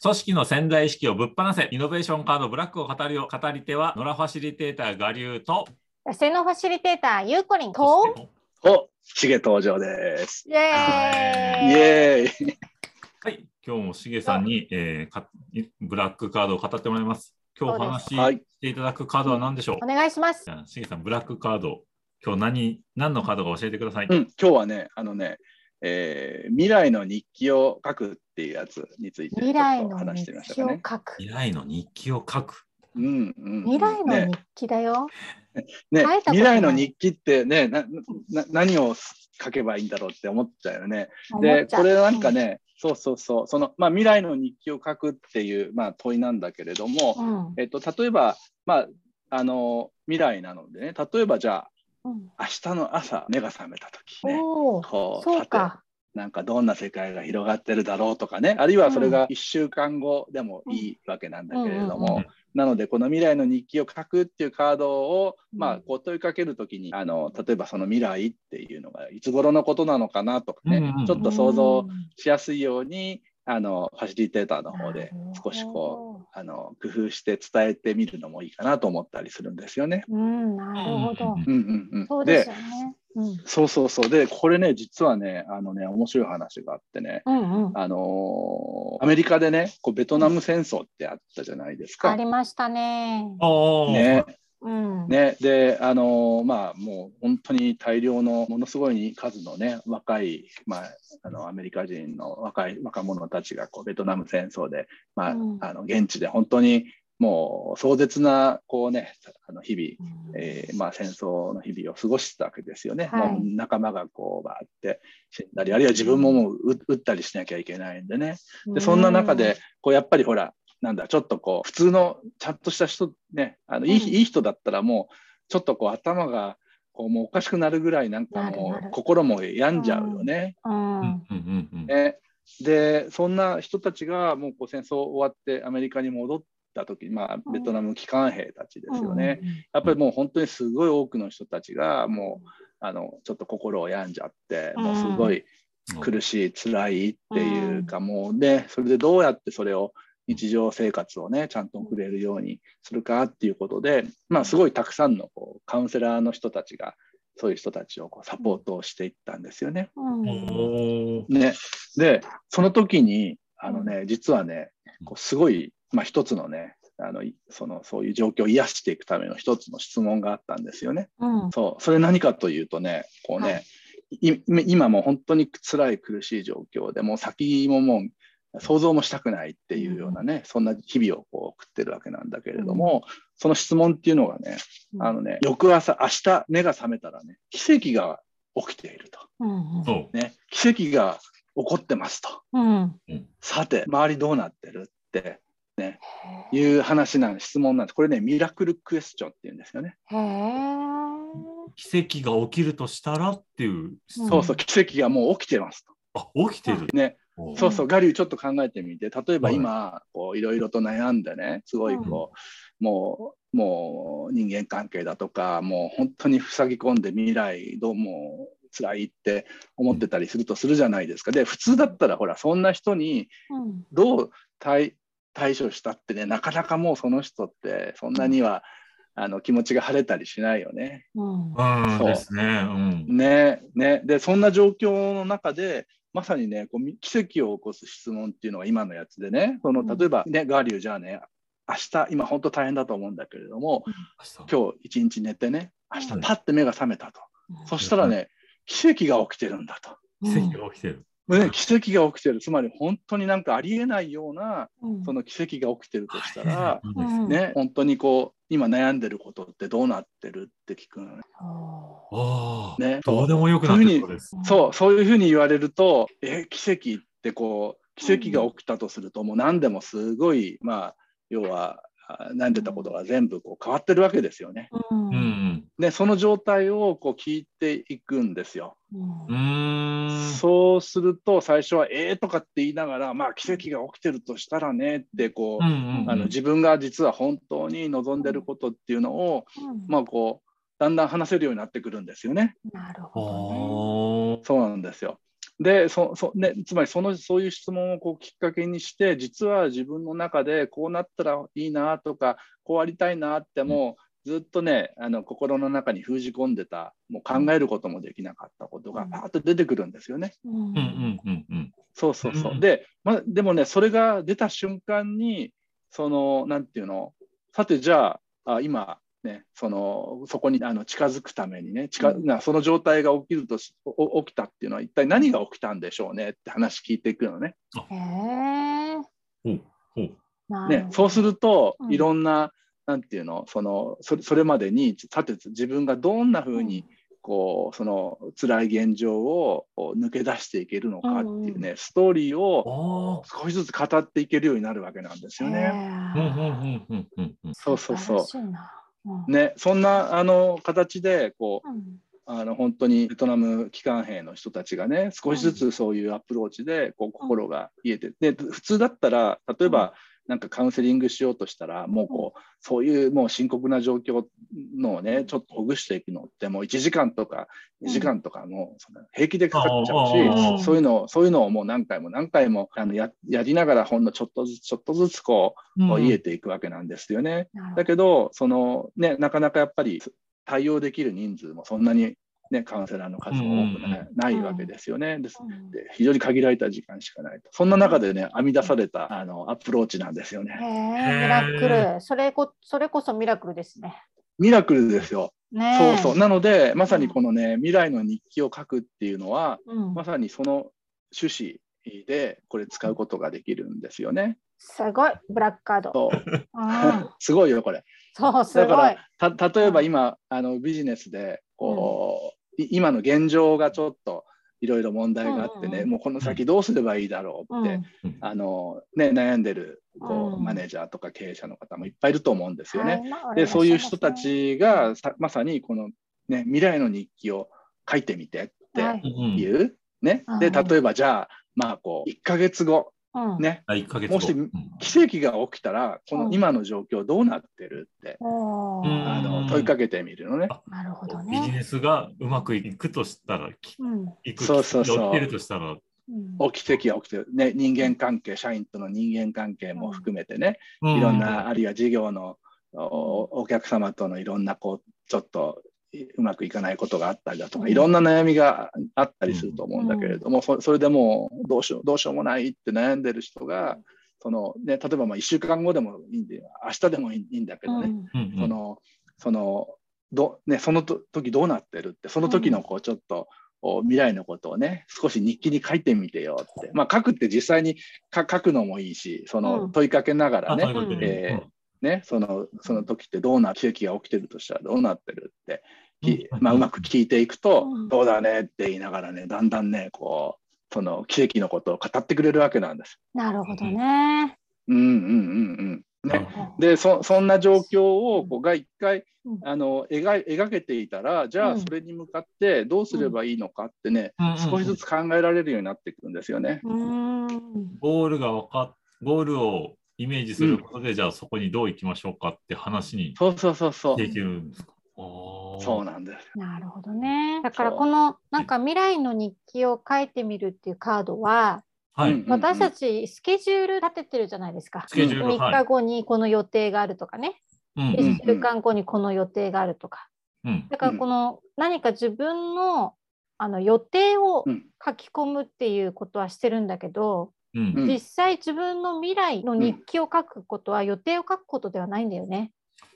組織の潜在意識をぶっ放せ、イノベーションカードブラックを語るよ、語り手は、野良ファシリテーター我流と、瀬野ファシリテーター、ゆうこりんと、お、しげ登場です。イエイーイエーイ。はい、今日もしげさんに、えーかブラックカードを語ってもらいます。今日お話しはしい。ていただくカードは何でしょうお願いしますじ。ゃあ、しげさん、ブラックカード、今日何、何のカードか教えてください。うん、今日はね、あのね、えー未来の日記を書くっていうやつについてちょ未っと来の話し日てみまし記たをか書ね。く。未来の日記を書く。うんうんうん、未来のね日記だよ。ね書いたことない未来の日記ってねなな、何を書けばいいんだろうって思っちゃうよね。思でっちゃこうれなんか、ね、そうそうそうその、まあ、未来の日記を書くっていう、まあ、問いなんだけれども、うんえっと、例えば、まあ、あの未来なのでね例えばじゃあうん明日の朝目が覚めた時ねおーこうそうか。なんかどんな世界が広がってるだろうとかねあるいはそれが1週間後でもいいわけなんだけれどうんうんうんうもんなのでこの未来の日記を書くっていうカードを、うんまあ、こう問いかける時にあの例えばその未来っていうのがいつ頃のことなのかなとかね、うんうんうんちょっと想像うんしやすいようにあのファシリテーターの方で少しこうあの工夫して伝えてみるのもいいかなと思ったりするんですよね。う。うん、なるほど。うんうんうん、そうですよね。うんそうそうそうでこれね実はねあのね面白い話があってね、うんうん。あのーアメリカでねこうベトナム戦争ってあったじゃないですあか。りましたね。おーねうん。ね、で、あのーまあ、もう本当に大量のものすごい数のね若い、まあ、あのアメリカ人の若い若者たちがこうベトナム戦争で、まあうんあの現地で本当にもう壮絶なこう、ね、あの日々えーまあ、戦争の日々を過ごしてたわけですよね、はいもう仲間がこうバーって死んだりあるいは自分ももうう撃ったりしなきゃいけないんでねでそんな中でこうやっぱりほらなんだちょっとこう普通のちゃんとした人ねあのういい,、んいい人だったらもうちょっとこう頭がこうもうおかしくなるぐらいなんかなもるなるう心も病んじゃうよね。うん、ううんううんん、んうんねでそんな人たちがもうこう戦争終わってアメリカに戻った時、まあ、ベトナム帰還兵たちですよね。やっぱりもう本当にすごい多くの人たちがもうあのちょっと心を病んじゃってうんもうすごい苦しい辛いっていうかもうねそれでどうやってそれを日常生活をねちゃんと送れるようにするかっていうことでまあすごいたくさんのこうカウンセラーの人たちがそういう人たちをこうサポートをしていったんですよね。うんうおんーねでその時にあのね実はねこうすごい、まあ、一つのねあのいそのそういう状況を癒していくための一つの質問があったんですよね。うんそう、それ何かというとね、こうね、はいい今今もう本当に辛い苦しい状況でもう先ももう想像もしたくないっていうようなね、そんな日々をこう送ってるわけなんだけれども、その質問っていうのがね、あのね、翌朝、明日目が覚めたらね、奇跡が起きていると。うんそうね、奇跡が起こってますと。うんさて、周りどうなってるって。ね、いう話なん質問なんです。これね、ミラクルクエスチョンっていうんですよね。へえ。奇跡が起きるとしたらっていう質問そうそう、奇跡がもう起きてますと。あ起きてる。ね、おーそうそう、我流ちょっと考えてみて、例えばはい今、こういろいろと悩んでね、すごいこう、もう、もう人間関係だとか、もう本当に塞ぎ込んで未来どうも辛いって思ってたりするとするじゃないですか。で、普通だったら、ほら、そんな人にうんどう対対処したってね、なかなかもうその人って、そんなには、あの気持ちが晴れたりしないよね。うんうんそうですね。うん。ねねでそんな状況の中でまさにねこうみ奇跡を起こす質問っていうのが今のやつでねそのうん例えばね、ガーリューじゃあね明日今本当大変だと思うんだけれども今日一日寝てね明日うんパッて目が覚めたと、そしたらね奇跡が起きてるんだと。奇跡が起きてる。ね、奇跡が起きてるつまり本当になんかありえないようなうんその奇跡が起きてるとしたら、うんうんね、本当にこう今悩んでることってどうなってるって聞くのねあおあ、ねどうでもよくなってるそうです。ーそうそういうふうに言われるとえ奇跡ってこう奇跡が起きたとすると、もう何でもすごいまあ要はあ悩んでたことが全部こう変わってるわけですよね。うん。ううんんでその状態をこう聞いていくんですよ。うん。うーん。そうすると最初は「えー」とかって言いながら「まあ奇跡が起きてるとしたらね」ってこう、うんうんうんあの自分が実は本当に望んでることっていうのを、まあこうだんだん話せるようになってくるんですよね。なるほどね。おーそうなんですよ。でそそ、ね、つまりそのそういう質問をこうきっかけにして実は自分の中でこうなったらいいなとかこうありたいなってもうずっとねあの心の中に封じ込んでたもう考えることもできなかったことがうんパーッと出てくるんですよね。うんうんうんうんうん。そうそうそう。うんで、ま、でもね、それが出た瞬間に、その、なんていうの、さて、じゃあ、あ今、ね、そのそこにあの近づくためにね近、うんなその状態が起きるとしお起きたっていうのは一体何が起きたんでしょうねって話聞いていくのね。へえ。ほうほう。なるねほどそうすると、うんいろんななんていうのそのそれそれまでにさて自分がどんな風にこうその辛い現状をこう抜け出していけるのかっていうね、ストーリーをあ少しずつ語っていけるようになるわけなんですよね。あ。うんうんうんうんうんうん。そうそうそう素晴らしいなうんね、そんなあの形でこううんあの本当にベトナム機関兵の人たちがね少しずつそういうアプローチでこう心が癒えてで普通だったら例えばなんかカウンセリングしようとしたらもうこうそういうもう深刻な状況のをねちょっとほぐしていくのってもう1時間とか2時間とかもうその平気でかかっちうんあゃあうしそういうのをそういうのをもう何回も何回もあのややりながらほんのちょっとずつちょっとずつこうこう癒えていくわけなんですよね。なだるけどその、ね、なかなかやっぱり対応できる人数もそんなに、ね、カウンセラーの数も多くな,、うんうんないわけですよね。ですほどうんで非常に限られた時間しかないと。そんな中でね、編み出されたあのアプローチなんですよへね。え、ミラクル。それこ、それこそミラクルですね。ミラクルですよ。ねそえうそう。。なので、まさにこのね、未来の日記を書くっていうのは、うんまさにその趣旨でこれ使うことができるんですよね。すごい、ブラックカード。そううん すごいよ、これ。そう、すだごかい。らた例えば今あのビジネスでこう、い今の現状がちょっといろいろ問題があっうてね、んうんうんもうこの先どうすればいいだろうって、うんあのね、悩んでるこう、うんマネージャーとか経営者の方もいっぱいいると思うんですよね。はいまあでそういう人た、おちがさまさにこの、ね、未来の日記を書いてみて願っいしますうんうてんいう、ねうん、で例えばじゃあまあこう1ヶ月後はいうんねあ一ヶ月後。もしうん奇跡が起きたらこうのん今の状況どうなってるっておうんーあの問いかけてみるのね。なるほどビジね。ネスがうまくいくとしたら、きうんいくそうそうそう起きてるとしたら、うん起きてき起きてる、ね、人間関係社員との人間関係も含めてね、ういろんなあるいは事業のおお客様とのいろんなこうちょっというまくいかないことがあったりだとか、うんいろんな悩みがあったりすると思うんだけれども、そそれでもうどうしようどうしようもないって悩んでる人が、そのね、例えばまあ1週間後でもいいんで明日でもいいいいんだけどね、うんうんそのそのどね、そのと時どうなってるってその時のこうちょっと、お未来のことをね少し日記に書いてみてよって、まあ、書くって実際にか書くのもいいしそうんの問いかけながらあね,、ということでえーねそのその時ってどうな奇跡が起きてるとしたらどうなってるって、きうんまあ、うまく聞いていくと、うんどうだねって言いながらねだんだんねこうその奇跡のことを語ってくれるわけなんです。なるほどね。うんうんうんうんね、うんでそそんな状況をこうが一回うんあの描い描けていたらじゃうあんそれに向かってどうすればいいのかってね、少しずつ考えられるようになってくるんですよね。うーん。ゴールが分かっゴールをイメージすることで、じゃあそこにどう行きましょうかって話にそうそうそうそう。できるんですか。そうそなんです。なるほどね。だからそうこのなんか未来の日記を書いてみるっていうカードは、はい、うん私たちスケジュール立ててるじゃないですか。スケジュール、 3はい日、後にこの予定があるとかね、うでん1週間後にこの予定があるとか。うんだからこの何か自分のあの予定をうん書き込むっていうことはしてるんだけど、うんうん実際自分の未来の日記を書くことは予定を書くことではないんだよね。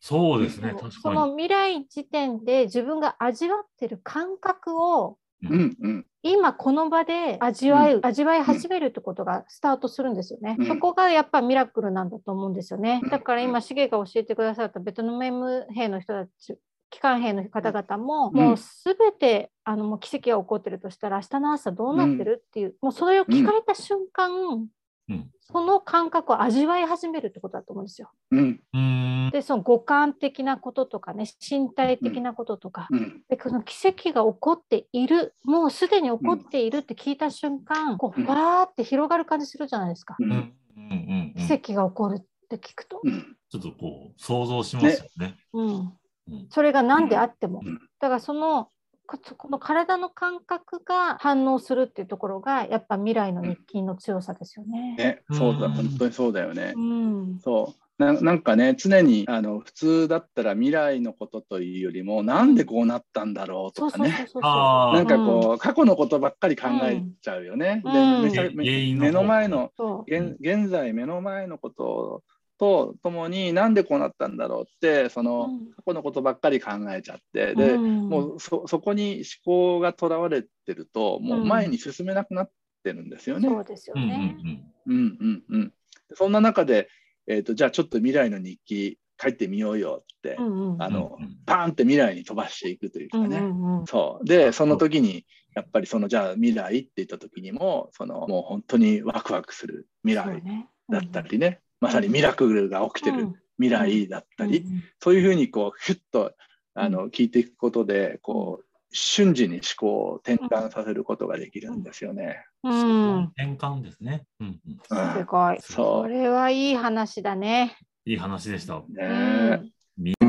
そうですね、そ確うそかの未来時点で自分が味わってる感覚をに。うんうん今この場で味わう、う味わい始めるってことがスタートするんですよね、うんそこがやっぱミラクルなんだと思うんですよね、うんだから今シゲが教えてくださったベトナム兵の人たち機関兵の方々も、うんもう全てあのもう奇跡が起こってるとしたら明日の朝どうなってるっていう、もうそれを聞かれた瞬間、うんその感覚を味わい始めるってことだと思うんですよ。うんうーんでその五感的なこととかね身体的なこととか、うんでこの奇跡が起こっているもうすでに起こっているって聞いた瞬間、こううんわーって広がる感じするじゃないですか、ううんんうんうんうん奇跡が起こるって聞くと、うんちょっとこう想像しますよね。うんうんそれが何であっても、うんだからそのここの体の感覚が反応するっていうところがやっぱ未来の日勤の強さですよね。ね、そうだ、うん本当にそうだよねう。ん、そうななんかね常にあの普通だったら未来のことというよりもなんでこうなったんだろうそとうかそうそうねそうあーなんかこう、過去のことばっかり考えちゃうよね。うんでうんめちゃめ原因の目の前のそう現現在目の前のこととともになんでこうなったんだろうってその、うん過去のことばっかり考えちゃってで、うんもうそそこに思考がとらわれてるともう前に進めなくなってるんですよね。そうですようんうんうね。んうんうんうん、そんな中で、えー、とじゃあちょっと未来の日記書いてみようよって、うんうんあのうんうんパーンって未来に飛ばしていくというかうんうね、んうんそうでその時にやっぱりそのじゃあ未来って言った時にもそのもう本当にワクワクする未そう来ねだったりね、まさにミラクルが起きてる未来だったり、うんうんそういうふうにこうヒュッとあの聞いていくことでこう瞬時に思考を転換させることができるんですよね。うん、転換ですね、うんうん。うすん、ごい。そこうれはいい話だね。いい話でした。ねうんえ